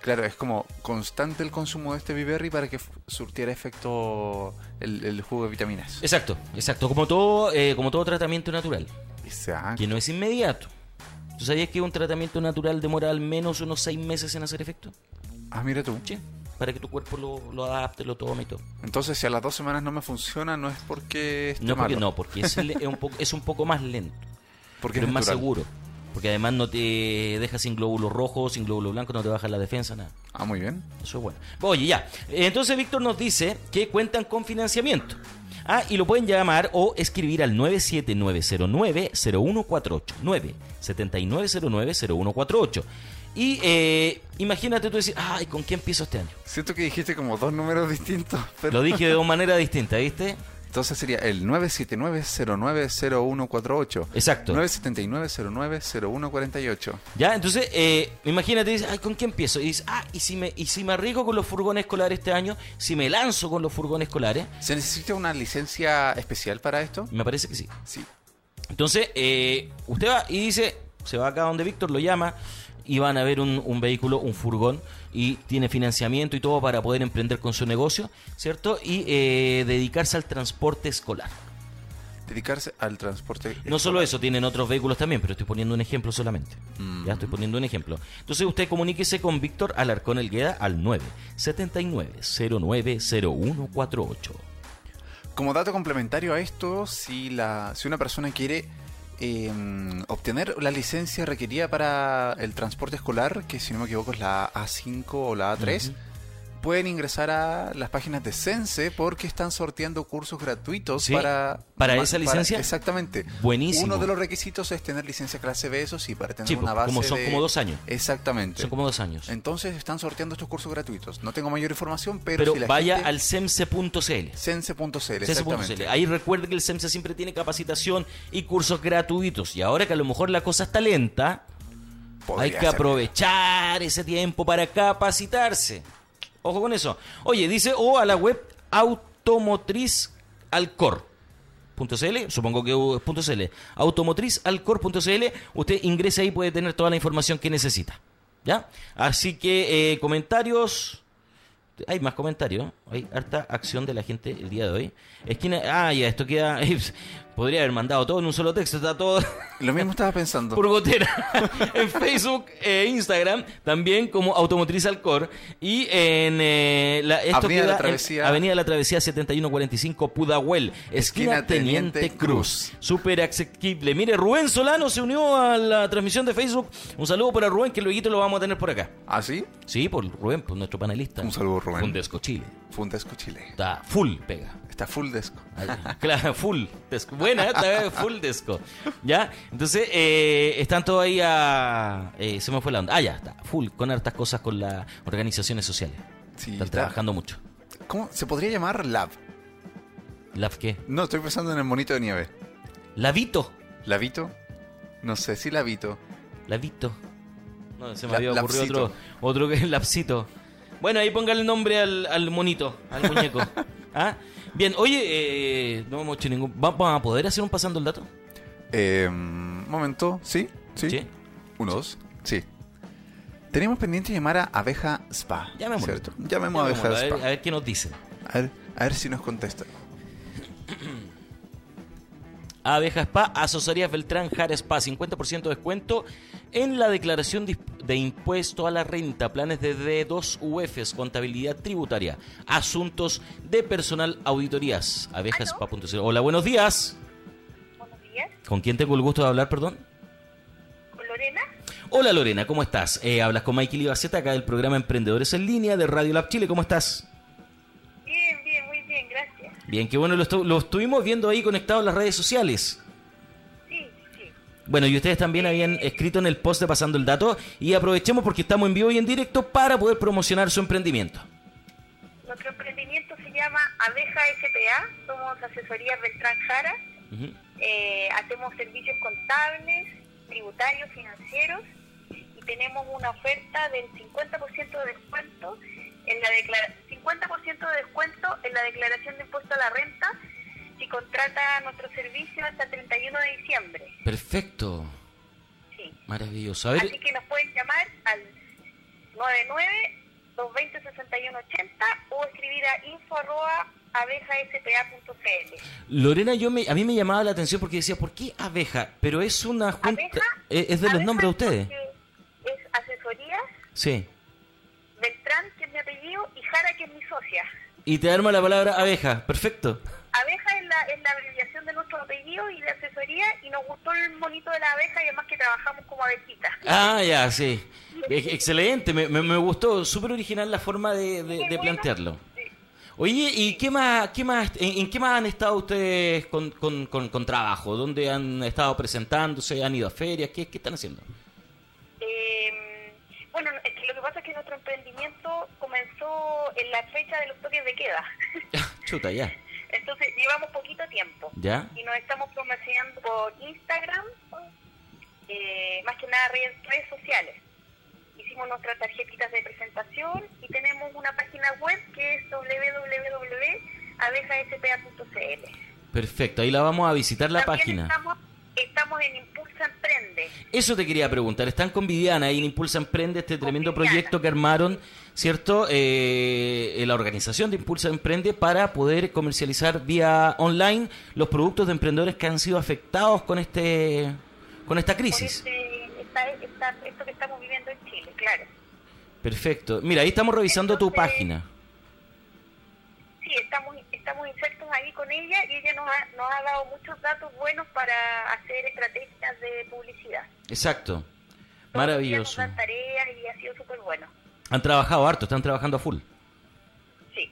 Claro, es como constante el consumo de este biberry para que f- surtiera efecto el, el jugo de vitaminas.
Exacto, exacto, como todo, eh, como todo tratamiento natural.
Exacto.
que no es inmediato. ¿Tú sabías que un tratamiento natural demora al menos unos seis meses en hacer efecto?
Ah, mira tú.
Sí, para que tu cuerpo lo, lo adapte, lo tome y todo.
Entonces, si a las dos semanas no me funciona, no es porque esté
No porque,
malo.
no, porque es, le- es un poco, es un poco más lento,
Porque
pero es más
natural.
seguro. Porque además no te deja sin glóbulos rojos, sin glóbulos blancos, no te baja la defensa, nada.
Ah, muy bien.
Eso es bueno. Oye, ya. Entonces Víctor nos dice que cuentan con financiamiento. Ah, y lo pueden llamar o escribir al 97909-0148. 97909-0148. Y eh, imagínate tú decir, ay, ¿con qué empiezo este año?
Siento que dijiste como dos números distintos, pero...
Lo dije de dos maneras distintas, ¿viste?
Entonces sería el 979-090148.
Exacto.
979-090148.
Ya, entonces, eh, imagínate, dices, ay, ¿con qué empiezo? Y dices, ah, ¿y si, me, ¿y si me arriesgo con los furgones escolares este año? ¿Si me lanzo con los furgones escolares?
¿Se necesita una licencia especial para esto?
Me parece que sí.
Sí.
Entonces, eh, usted va y dice, se va acá donde Víctor lo llama y van a ver un, un vehículo, un furgón, y tiene financiamiento y todo para poder emprender con su negocio, ¿cierto? Y eh, dedicarse al transporte escolar.
Dedicarse al transporte.
No solo eso, tienen otros vehículos también, pero estoy poniendo un ejemplo solamente.
Mm.
Ya estoy poniendo un ejemplo. Entonces usted comuníquese con Víctor Alarcón Elgueda al 979-090148.
Como dato complementario a esto, si, la, si una persona quiere eh, obtener la licencia requerida para el transporte escolar, que si no me equivoco es la A5 o la A3, pueden ingresar a las páginas de Sense porque están sorteando cursos gratuitos
Sí,
para...
¿para
ma-
esa licencia?
exactamente.
Buenísimo.
Uno de los requisitos es tener licencia clase B, eso sí, para tener
Sí, pues,
una base
como son
de-
como dos años.
Exactamente.
Son como dos años.
Entonces están sorteando estos cursos gratuitos. No tengo mayor información, pero,
Pero
si la
vaya
gente-
al E semce.cl.
Sense.cl,
CESE.cl.
exactamente.
Ahí recuerde que el CEMSA siempre tiene capacitación y cursos gratuitos. Y ahora que a lo mejor la cosa está lenta, hay
Podría
que
ser.
aprovechar ese tiempo para capacitarse. Ojo con eso. Oye, dice, o a la web automotrizalcor.cl, supongo que es punto .cl, automotrizalcor.cl, usted ingresa ahí puede tener toda la información que necesita. ¿Ya? Así que eh, comentarios, hay más comentarios. Hay harta acción de la gente el día de hoy. Esquina. Ah, ya, esto queda. Podría haber mandado todo en un solo texto, está todo
Lo mismo estaba pensando.
por gotera en Facebook e Instagram, también como Automotriz Alcor y en eh, la, esto
Avenida de la
queda en
Travesía.
Avenida de la Travesía 7145 Pudahuel, esquina,
Esquina
Teniente,
Teniente
Cruz.
Cruz.
Súper asequible. Mire, Rubén Solano se unió a la transmisión de Facebook. Un saludo para Rubén, que luego lo vamos a tener por acá.
¿Ah, sí?
Sí, por Rubén, por nuestro panelista.
Un saludo, Rubén.
Fundesco Chile.
Fundesco Chile.
Está full pega.
Está full desco.
Ahí. Claro, full desco. Buena, esta vez full desco. ¿Ya? Entonces, eh, están todos ahí a. eh, se me fue la onda. Ah, ya, está. Full, con hartas cosas con las organizaciones sociales.
Sí,
están
está.
trabajando mucho.
¿Cómo? ¿Se podría llamar Lab?
¿Lab qué?
No, estoy pensando en el monito de nieve.
Lavito.
¿Labito? No sé, sí Labito.
Lavito. No, se me
La-
había ocurrido
lapsito.
otro, otro que es lapsito. Bueno, ahí póngale nombre al, al monito, al muñeco. ¿Ah? Bien, oye, eh, no hemos hecho ningún. ¿va- ¿Vamos a poder hacer un pasando el dato?
Eh, momento, ¿sí? ¿Sí?
Sí.
¿Uno, dos? Sí. Tenemos pendiente llamar a Abeja Spa.
Llamémoslo.
¿cierto? Llamemos a Abeja
Llamémoslo, a ver,
Spa.
a ver qué nos dicen.
A ver, a ver si nos contesta.
Abeja Spa, Asesorías Beltrán Jara Spa, 50% de descuento en la declaración dis- de impuesto a la renta, planes de D2UFs, contabilidad tributaria, asuntos de personal, auditorías. Abejaspa.cl. Hola, buenos días.
Buenos días,
¿Con quién tengo el gusto de hablar, perdón?
con Lorena.
Hola Lorena, ¿cómo estás? Eh, hablas con Mikey Libaceta acá del programa Emprendedores en Línea de Radio Lab Chile, ¿cómo estás?
Bien, bien, muy bien, gracias.
Bien, qué bueno, lo, estu- lo estuvimos viendo ahí conectado en las redes sociales.
Sí, sí.
Bueno, y ustedes también habían escrito en el post de Pasando el Dato y aprovechemos porque estamos en vivo y en directo para poder promocionar su emprendimiento.
Nuestro emprendimiento se llama Abeja SPA. Somos asesoría Beltrán Jara.
Ujú.
Eh, hacemos servicios contables, tributarios, financieros y tenemos una oferta del 50% de descuento en la declara- 50% de descuento en la declaración de impuesto a la renta si contrata nuestro servicio hasta 31 de diciembre.
Perfecto,
Sí.
maravilloso. A ver,
Así que nos pueden llamar al 99-220-6180 o escribir a info.abejaspa.cl.
Lorena, yo me, a mí me llamaba la atención porque decía, ¿por qué abeja? Pero es una junta...
Abeja,
eh, es de los
Abeja
nombres de ustedes.
porque Es asesoría,
Sí.
Beltrán, que es mi apellido, y Jara, que es mi socia.
Y te arma la palabra abeja, perfecto.
Abeja es la, es la abreviación de nuestro apellido y de asesoría, y nos gustó el monito de la abeja, y además que trabajamos como abejita.
Ah, ya, sí. E- Excelente, me, me- me gustó. Súper original la forma de, de- de
bueno.
plantearlo. Oye, ¿y qué más, qué más, en, en qué más han estado ustedes con, con- con- con trabajo? ¿Dónde han estado presentándose? ¿Han ido a ferias? ¿Qué, qué están haciendo?
Eh, bueno, es que lo que pasa es que nuestro emprendimiento comenzó en la fecha de los toques de queda.
Chuta, ya.
Entonces llevamos poquito tiempo.
¿Ya?
Y nos estamos promocionando por Instagram, eh, más que nada redes, redes sociales. Hicimos nuestras tarjetitas de presentación y tenemos una página web que es www.abejaspa.cl.
Perfecto, ahí la vamos a visitar la
También
página.
Estamos, estamos en Impulsa Emprende.
Eso te quería preguntar. Están con Viviana ahí en Impulsa Emprende, este tremendo
Viviana.
proyecto que armaron, ¿cierto? Eh, eh, la organización de Impulsa Emprende para poder comercializar vía online los productos de emprendedores que han sido afectados con este con esta
Por
crisis.
este, esta- esta- esto que estamos viviendo en Chile, claro.
Perfecto. Mira, ahí estamos revisando tu
Entonces-
página.
Sí, estamos, estamos insertos ahí con ella y ella nos ha, nos ha dado muchos datos buenos para hacer estrategias de publicidad.
Exacto.
Todos los días
Maravilloso.
Nos dan tareas y ha sido súper bueno.
Han trabajado harto, están trabajando a full.
Sí.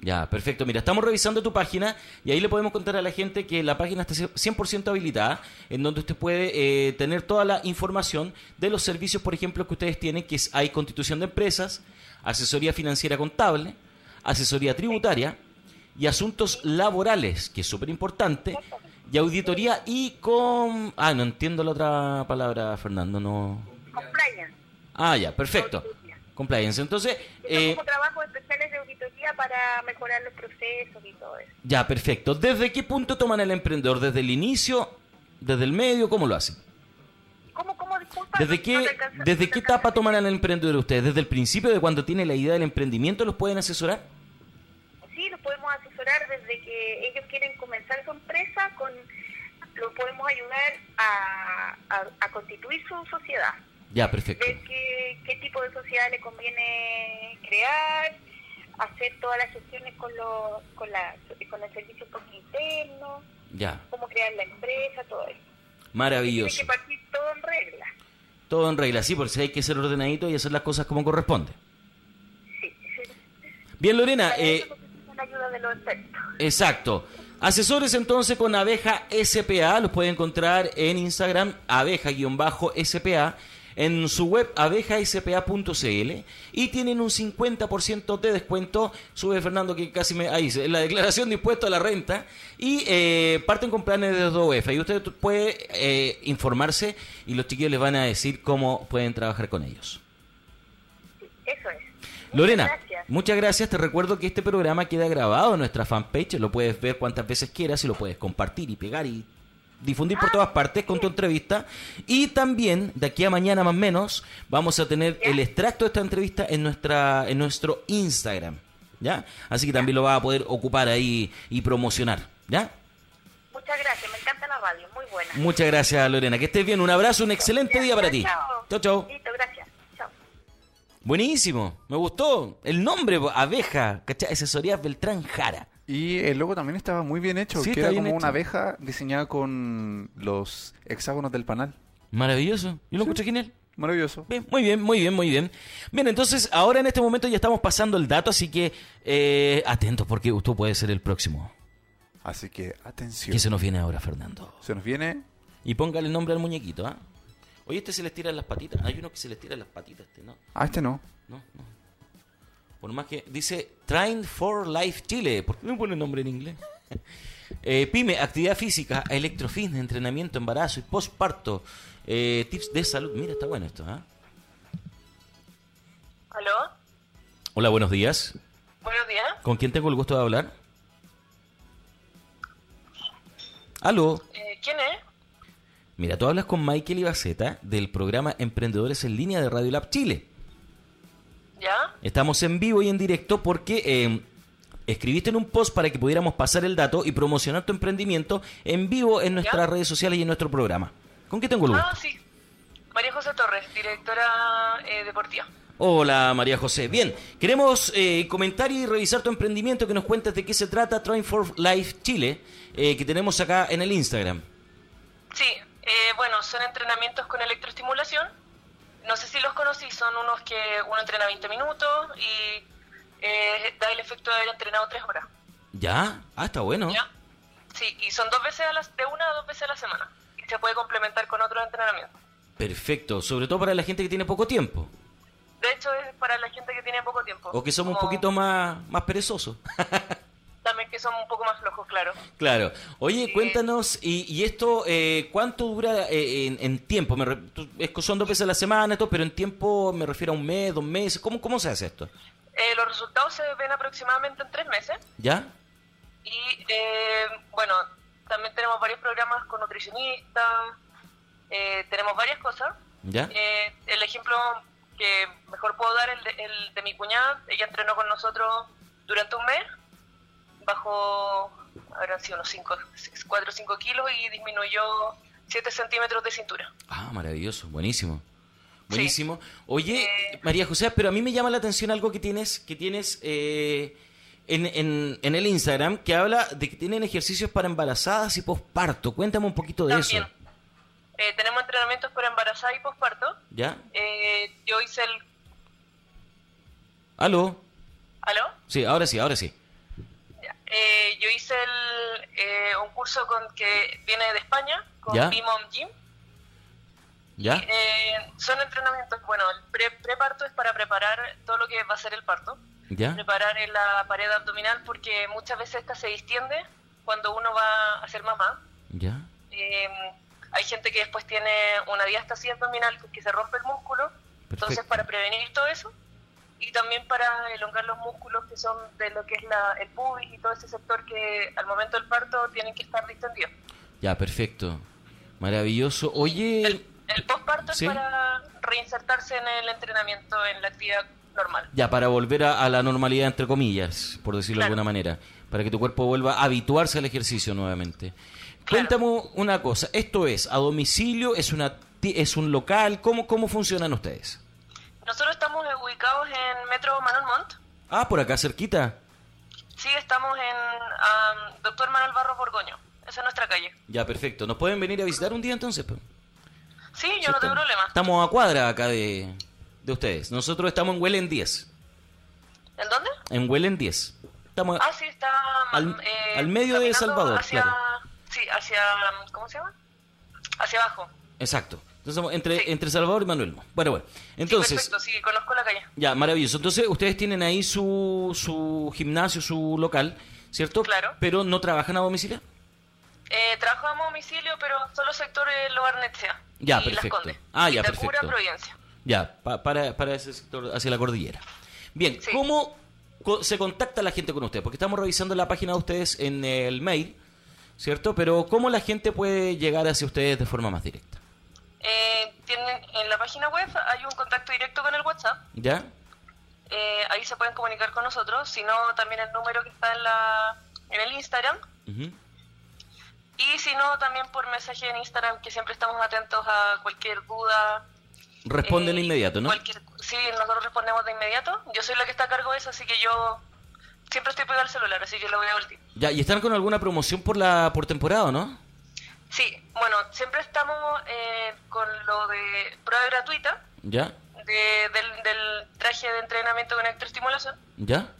Ya, perfecto. Mira, estamos revisando tu página y ahí le podemos contar a la gente que la página está 100% habilitada, en donde usted puede eh, tener toda la información de los servicios, por ejemplo, que ustedes tienen, que es, hay constitución de empresas, asesoría financiera contable, asesoría tributaria y asuntos laborales, que es súper importante, y auditoría y con... Ah, no entiendo la otra palabra, Fernando, no...
Compliance.
Ah, ya, perfecto. Compliance. Entonces...
Son
eh,
como trabajos especiales de auditoría para mejorar los procesos y todo eso.
Ya, perfecto. ¿Desde qué punto toman el emprendedor? ¿Desde el inicio? ¿Desde el medio? ¿Cómo lo hacen?
¿Cómo, cómo, disculpa?
¿Desde
No
qué,
te alcanzo- no
desde
te
qué
alcanzo.
etapa toman al emprendedor ustedes? ¿Desde el principio de cuando tiene la idea del emprendimiento los pueden asesorar?
Sí, los podemos asesorar desde que ellos quieren comenzar su empresa con
lo podemos ayudar a, a- a constituir su sociedad,
Ya,
Eh,
perfecto.
ver qué, qué tipo de sociedad le conviene crear, hacer todas las gestiones con, los con, la, con el servicio público interno,
Ya,
cómo crear la empresa, todo eso. Tiene
maravilloso.
que partir todo en regla.
Todo en regla, sí, por si hay que ser ordenadito y hacer las cosas como corresponde.
Sí.
Bien, Lorena,
Para
eh,
eso necesitan ayuda de los expertos.
exacto. Asesores entonces con Abeja SPA, los pueden encontrar en Instagram, abeja-spa, en su web abejaspa.cl y tienen un 50% de descuento, sube Fernando que casi me... Ahí, se- la declaración de impuesto a la renta y eh, parten con planes de 2F E. y usted puede eh, informarse y los chiquillos les van a decir cómo pueden trabajar con ellos.
Eso es.
Lorena,
Muchas gracias.
muchas gracias. Te recuerdo que este programa queda grabado en nuestra fanpage. Lo puedes ver cuantas veces quieras y lo puedes compartir y pegar y difundir
Ah,
por todas partes con tu entrevista. Y también, de aquí a mañana más o menos, vamos a tener el extracto de esta entrevista en, nuestra, en nuestro Instagram. ¿Ya? Así que también lo vas a poder ocupar ahí y promocionar. ¿Ya?
Muchas gracias. Me encanta la radio. Muy buena.
Muchas gracias, Lorena. Que estés bien. Un abrazo, un excelente día para ti.
Chao.
Chao, chao.
Listo, gracias. Chao.
Buenísimo. Me gustó. El nombre, abeja. ¿Cachai? Asesorías Beltrán Jara.
Y el logo también estaba muy bien hecho,
Sí,
que
está
era
bien
como
hecho.
una abeja diseñada con los hexágonos del panal.
Maravilloso. Yo lo escuché genial.
Maravilloso.
Bien, muy bien, muy bien, muy bien. Bien, entonces ahora en este momento ya estamos pasando el dato, así que eh, atentos porque tú puede ser el próximo.
Así que atención.
¿Qué se
Se...
nos viene ahora, Fernando?
nos viene.
Y póngale el nombre al muñequito, ¿ah? Oye, este se les tiran las patitas. Hay uno que se les tira las patitas, este, ¿no?
Ah, este no.
No, no. Por más que dice Train for Life Chile. ¿Por qué no pone el nombre en inglés? Eh, PyME, actividad física, electrofitness, entrenamiento, embarazo y postparto. eh, tips de salud. Mira, está bueno esto, ¿ah?
¿Aló?
Hola, buenos días.
Buenos días.
¿Con quién tengo el gusto de hablar? Aló.
Eh, ¿Quién es?
Mira, tú hablas con Michael Ibaceta del programa Emprendedores en Línea de Radio Lab Chile.
¿Ya?
Estamos en vivo y en directo porque eh, escribiste en un post para que pudiéramos pasar el dato y promocionar tu emprendimiento en vivo en nuestras redes sociales y en nuestro programa. ¿Con qué tengo el gusto?
Ah, sí. María José Torres, directora eh, deportiva.
Hola María José. Bien, queremos eh, comentar y revisar tu emprendimiento que nos cuentes de qué se trata Train for Life Chile eh, que tenemos acá en el Instagram.
Sí, eh, bueno, son entrenamientos con electroestimulación. No sé si los conocí, son unos que uno entrena 20 minutos y eh, da el efecto de haber entrenado 3 horas.
¿Ya? Ah, está bueno.
¿Ya? Sí, y son dos veces a las, de una a dos veces a la semana. Y se puede complementar con otros entrenamientos.
Perfecto, sobre todo para la gente que tiene poco tiempo
De hecho, es para la gente que tiene poco tiempo.
o que somos un
Como-
poquito más, más perezosos.
También que son un poco más flojos, claro.
claro. Oye,
Sí.
cuéntanos, ¿y, y esto eh, cuánto dura eh, en, en tiempo? Me re- tú- es que son dos veces a la semana, esto, pero en tiempo me refiero a un mes, dos meses. ¿Cómo, cómo se hace esto?
Eh, los resultados se ven aproximadamente en tres meses.
¿Ya?
Y eh, bueno, también tenemos varios programas con nutricionistas, eh, tenemos varias cosas.
¿Ya?
Eh, el ejemplo que mejor puedo dar es el de, el de mi cuñada. Ella entrenó con nosotros durante un mes, bajó, habrán sido unos 5, 4 o 5 kilos y disminuyó 7 centímetros de cintura.
Ah, maravilloso, buenísimo.
Sí.
Buenísimo. Oye,
Eh.
María José, pero a mí me llama la atención algo que tienes, que tienes eh, en, en- en el Instagram, que habla de que tienen ejercicios para embarazadas y posparto. Cuéntame un poquito de
También
eso.
eh, tenemos entrenamientos para embarazada y posparto.
¿Ya?
Eh, yo hice el...
¿Aló?
¿Aló?
Sí, ahora sí, ahora sí.
Ya. Eh, yo hice el, eh, un curso con que viene de España, con
Ya. Ah.
B-Mom Gym.
¿Ya?
Eh, son entrenamientos, bueno, el pre- preparto es para preparar todo lo que va a ser el parto.
¿Ya?
Preparar en la pared abdominal porque muchas veces esta se distiende cuando uno va a ser mamá.
¿Ya?
Eh, hay gente que después tiene una diástasis abdominal que se rompe el músculo. Entonces,
Perfecto.
para prevenir todo eso y también para elongar los músculos que son de lo que es la, el pubis y todo ese sector que al momento del parto tienen que estar distendidos.
Ya, perfecto. Maravilloso. Oye,
El postparto
Sí.
es para reinsertarse en el entrenamiento, en la actividad normal.
ya para volver a, a la normalidad, entre comillas, por decirlo de
Claro.
alguna manera, para que tu cuerpo vuelva a habituarse al ejercicio nuevamente.
Claro.
Cuéntame una cosa, esto es a domicilio, es una ti- es un local, ¿cómo, cómo funcionan ustedes?
Nosotros estamos eh, ubicados en Metro Manuel Montt.
Ah, por acá cerquita.
Sí, estamos en am, Doctor Manuel Barros Borgoño. Esa es nuestra calle.
Ya, perfecto. ¿Nos pueden venir a visitar un día entonces? pues?
Sí, yo no tengo
estamos-
problema.
Estamos a cuadra acá de, de ustedes. Nosotros estamos en Huelen 10.
¿En dónde?
En Huelen 10. Estamos
Ah, sí, está...
Al-
eh,
al medio de
caminando
Salvador,
hacia-
claro.
Sí, hacia... ¿Cómo se llama? Hacia abajo.
Exacto. Entonces, estamos entre,
Sí.
entre Salvador y Manuel. Montt. Bueno, bueno.
sí,
Entonces,
perfecto, sí, conozco la calle.
ya, maravilloso. Entonces, ustedes tienen ahí su, su gimnasio, su local, ¿cierto?
Claro.
Pero no trabajan a domicilio.
Eh, trabajamos a domicilio, pero solo sector el Barnetia.
Ya,
y
perfecto.
Las Condes.
Ah, ya,
Vitacura,
perfecto.
Providencia.
Ya, pa- para, para ese sector, hacia la cordillera. Bien,
Sí.
¿cómo co- se contacta la gente con ustedes? Porque estamos revisando la página de ustedes en el mail, ¿cierto? Pero ¿cómo la gente puede llegar hacia ustedes de forma más directa?
Eh, tienen, en la página web hay un contacto directo con el WhatsApp.
¿Ya?
Eh, ahí se pueden comunicar con nosotros, si no también el número que está en, la, en el Instagram
Ujú.
y si no también por mensaje en Instagram que siempre estamos atentos a cualquier duda.
Responden
eh,
inmediato, ¿no?
cualquier- sí, nosotros respondemos de inmediato. Yo soy la que está a cargo de eso, así que yo siempre estoy pegada al celular, así que lo voy a voltear.
Ya, y están con alguna promoción por la por temporada, ¿no?
Sí, bueno, siempre estamos eh, con lo de prueba gratuita
¿Ya?
de- del, del traje de entrenamiento con electroestimulación.
¿Ya?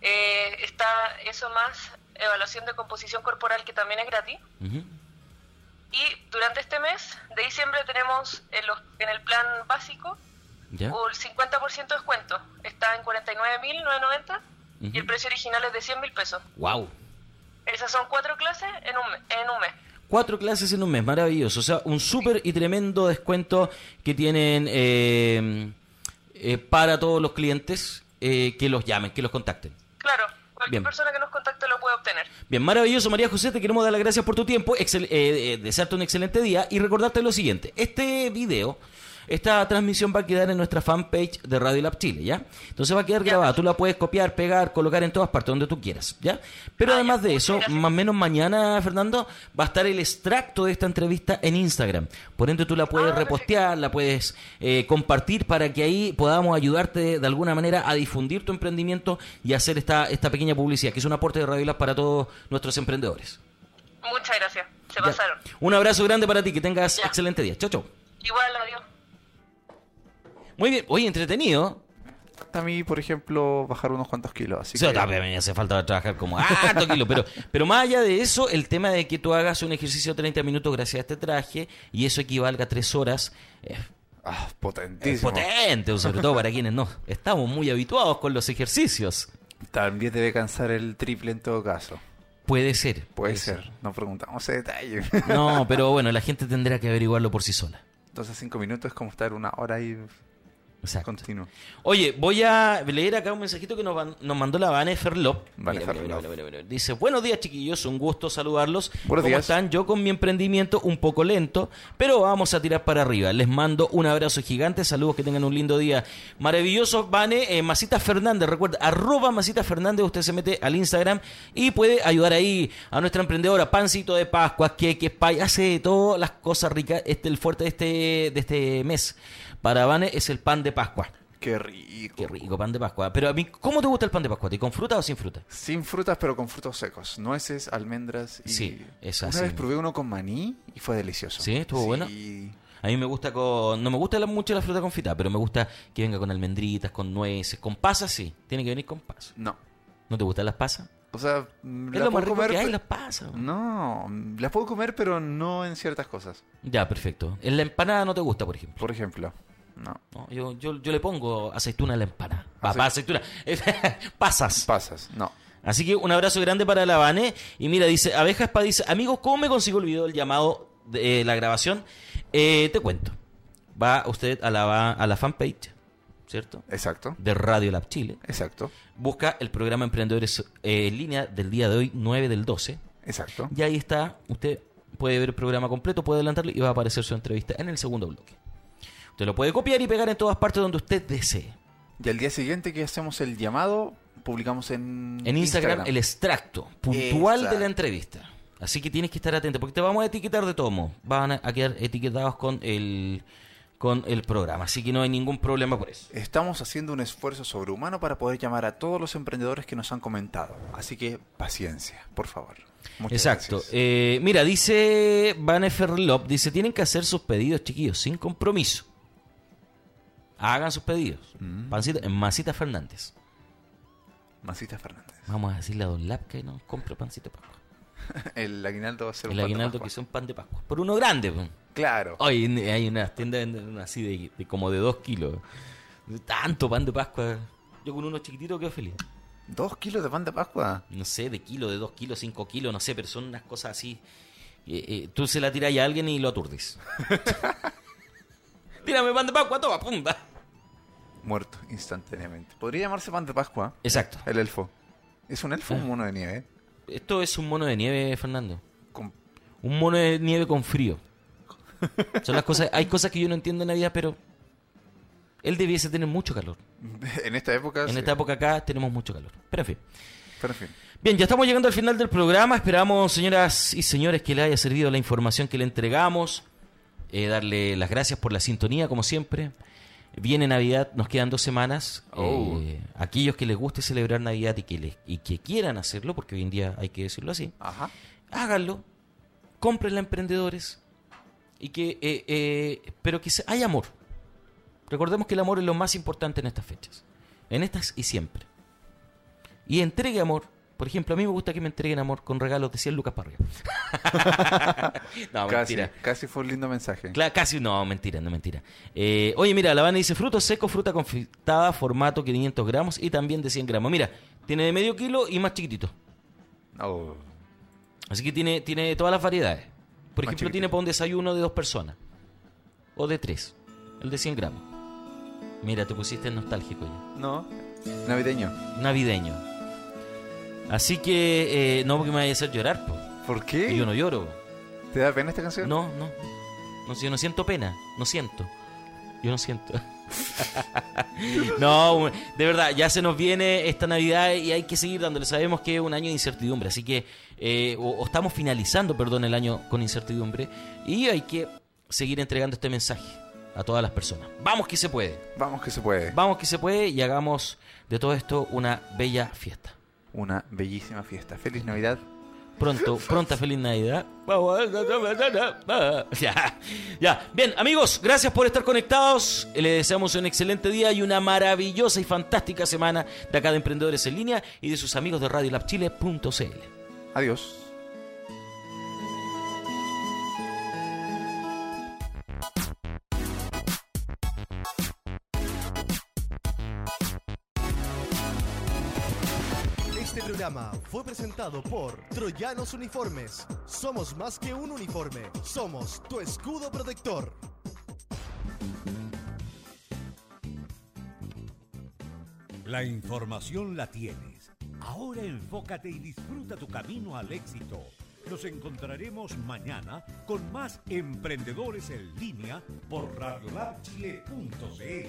Eh, está eso más evaluación de composición corporal que también es gratis.
Ujú.
Y durante este mes de diciembre tenemos en, los, en el plan básico
¿Ya?
un 50% de descuento. Está en 49.990 y el
Ujú.
precio original es de 100.000 pesos.
¡Wow!
Esas son cuatro clases en un, me- en un mes.
Cuatro clases en un mes, maravilloso. O sea, un súper y tremendo descuento que tienen eh, eh, para todos los clientes eh, que los llamen, que los contacten.
Claro, cualquier
Bien.
persona que nos contacte lo puede obtener.
Bien, maravilloso María José, te queremos dar las gracias por tu tiempo, excel- eh, eh, desearte un excelente día y recordarte lo siguiente, este video, esta transmisión va a quedar en nuestra fanpage de Radio Lab Chile, ¿ya? Entonces va a quedar
Ya.
grabada, tú la puedes copiar, pegar, colocar en todas partes, donde tú quieras, ¿ya? Pero
Ah,
además
ya.
de eso,
Gracias.
más o menos mañana, Fernando, va a estar el extracto de esta entrevista en Instagram, por ende tú la puedes
Ah,
repostear, la puedes eh, compartir para que ahí podamos ayudarte de alguna manera a difundir tu emprendimiento y hacer esta, esta pequeña publicidad, que es un aporte de Radio Lab para todos nuestros emprendedores.
Muchas gracias, se
Ya.
pasaron.
Un abrazo grande para ti, que tengas
Ya.
excelente día. Chao, chao.
Igual, adiós.
Muy bien, hoy entretenido.
A mí, por ejemplo, bajar unos cuantos kilos. Así
Sí,
que-
también me hace falta trabajar como harto kilo, pero, pero más allá de eso, el tema de que tú hagas un ejercicio de 30 minutos gracias a este traje y eso equivalga a 3 horas eh,
Ah,
es
potentísimo.
potente, sobre todo para quienes no estamos muy habituados con los ejercicios.
También debe cansar el triple en todo caso.
Puede ser.
Puede ser. No preguntamos ese detalle.
No, pero bueno, la gente tendrá que averiguarlo por sí sola.
Entonces, cinco minutos es como estar una hora ahí
Exacto.
continuo.
Oye, voy a leer acá un mensajito que nos, van- nos mandó la Vane Ferlop.
Vane
Mira, mira,
Ferlop.
mira, mira, mira, mira. Dice, buenos días chiquillos, un gusto saludarlos.
Buenos
¿Cómo
días.
están? Yo con mi emprendimiento un poco lento, pero vamos a tirar para arriba. Les mando un abrazo gigante, saludos, que tengan un lindo día. Maravilloso, Vane, eh, Masita Fernández, recuerda, arroba Masita Fernández, usted se mete al Instagram y puede ayudar ahí a nuestra emprendedora, pancito de Pascua, queques, pay, hace todas las cosas ricas. Este, el fuerte de este, de este mes para Vane es el pan de Pascua.
Qué rico.
Qué rico, pan de Pascua. Pero a mí, ¿cómo te gusta el pan de Pascua? ¿Te con fruta o sin fruta?
Sin frutas, pero con frutos secos. Nueces, almendras y...
Sí, es así.
Una vez probé uno con maní y fue delicioso.
Sí, estuvo bueno.
Sí.
A mí me gusta con... No me gusta la- mucho la fruta confita, pero me gusta que venga con almendritas, con nueces, con pasas, sí. Tiene que venir con pasas.
No.
¿No te gustan las pasas?
O sea,
Es
las
lo más
puedo
rico
comer...
que hay,
pe-
las pasas.
No, las puedo comer, pero no en ciertas cosas.
Ya, perfecto. En la empanada no te gusta, por ejemplo.
Por ejemplo, no.
No, yo, yo, yo le pongo aceituna a la empanada. Va,
Ace-
va, aceituna. Pasas.
Pasas, no.
Así que un abrazo grande para la Vane. Y mira, dice, Abeja Espa dice, amigos, ¿cómo me consigo el video del llamado de eh, la grabación? Eh, te cuento. Va usted a la, va- a la fanpage, ¿cierto?
Exacto,
De Radio Lab Chile.
exacto,
Busca el programa Emprendedores eh, en línea del día de hoy, 9 del 12.
exacto.
Y ahí está, usted puede ver el programa completo, puede adelantarlo y va a aparecer su entrevista en el segundo bloque. Usted lo puede copiar y pegar en todas partes donde usted desee.
Y al día siguiente que hacemos el llamado, publicamos en,
En Instagram, el extracto puntual de la
Exacto.
entrevista. Así que tienes que estar atento, porque te vamos a etiquetar de tomo. Van a a quedar etiquetados con el, con el programa. Así que no hay ningún problema por eso.
Estamos haciendo un esfuerzo sobrehumano para poder llamar a todos los emprendedores que nos han comentado. Así que paciencia, por favor. Muchas
Exacto.
gracias.
Eh, mira, dice Vanefer Lop, dice, tienen que hacer sus pedidos, chiquillos, sin compromiso. Hagan sus pedidos.
Mm.
Pancita, Masita Fernández.
Masita Fernández.
Vamos a decirle a Don Lap que nos compre pancito de Pascua.
El aguinaldo va a ser
El
un pan de
aguinaldo
Pascua.
que hizo un pan de Pascua. Por uno grande. po.
Claro.
Hoy en- hay unas tiendas en- en- así de, de como de dos kilos. Tanto pan de Pascua. Yo con uno chiquitito quedo feliz.
¿Dos kilos de pan de Pascua?
no sé, de kilo, de dos kilos, cinco kilos, no sé, pero son unas cosas así. Eh, eh, tú se la tiras a alguien y lo aturdes. Tírame pan de Pascua, toma, pumba.
Muerto instantáneamente. Podría llamarse pan de Pascua.
Exacto.
El elfo. ¿Es un
Ah.
elfo o un mono de nieve?
Esto es un mono de nieve, Fernando.
Con-
Un mono de nieve con frío. Son las cosas, hay cosas que yo no entiendo en la vida, pero él debiese tener mucho calor.
En esta época.
En
sí.
esta época acá tenemos mucho calor. Pero en fin.
Pero en fin.
Bien, ya estamos llegando al final del programa. Esperamos, señoras y señores, que le haya servido la información que le entregamos. Eh, darle las gracias por la sintonía, como siempre. Viene Navidad, nos quedan dos semanas.
Oh.
Eh, aquellos que les guste celebrar Navidad y que, les, y que quieran hacerlo, porque hoy en día hay que decirlo así,
Ajá.
háganlo. Cómprenla, emprendedores. Y que, eh, eh, pero que se- hay amor. Recordemos que el amor es lo más importante en estas fechas. En estas y siempre. Y entregue amor. Por ejemplo, a mí me gusta que me entreguen amor con regalos de 100 lucas para arriba. no,
casi,
mentira.
casi fue un lindo mensaje.
Ah, Cla- casi, no, mentira, no mentira. Eh, oye, mira, la Habana dice frutos secos, fruta confitada, formato 500 gramos y también de 100 gramos. Mira, tiene de medio kilo y más chiquitito.
Oh,
Así que tiene, tiene todas las variedades. Por
Más
ejemplo, tiene
chiquitito.
para un desayuno de dos personas. O de tres. El de 100 gramos. Mira, te pusiste nostálgico ya.
No. Navideño.
Navideño. Así que, eh, no porque me vaya a hacer llorar, po.
¿Por
Que
qué?
Yo no lloro.
¿Te da pena esta canción?
No, no. No, si yo no siento pena. No siento. Yo no siento. no, de verdad, ya se nos viene esta Navidad y hay que seguir dándole. Sabemos que es un año de incertidumbre, así que. eh, o, o estamos finalizando, perdón, el año con incertidumbre. Y hay que seguir entregando este mensaje a todas las personas. Vamos que se puede.
Vamos que se puede.
Vamos que se puede y hagamos de todo esto una bella fiesta.
Una bellísima fiesta. Feliz Navidad.
Pronto, pronta feliz Navidad. Vamos, Ya, ya. Bien, amigos, gracias por estar conectados. Eh, Les deseamos un excelente día y una maravillosa y fantástica semana de acá de Emprendedores en Línea y de sus amigos de RadioLabChile.cl.
Adiós.
Este programa fue presentado por Troyanos Uniformes. Somos más que un uniforme, somos tu escudo protector.
La información la tienes. Ahora enfócate y disfruta tu camino al éxito. Nos encontraremos mañana con más emprendedores en línea por radiolabchile.cl.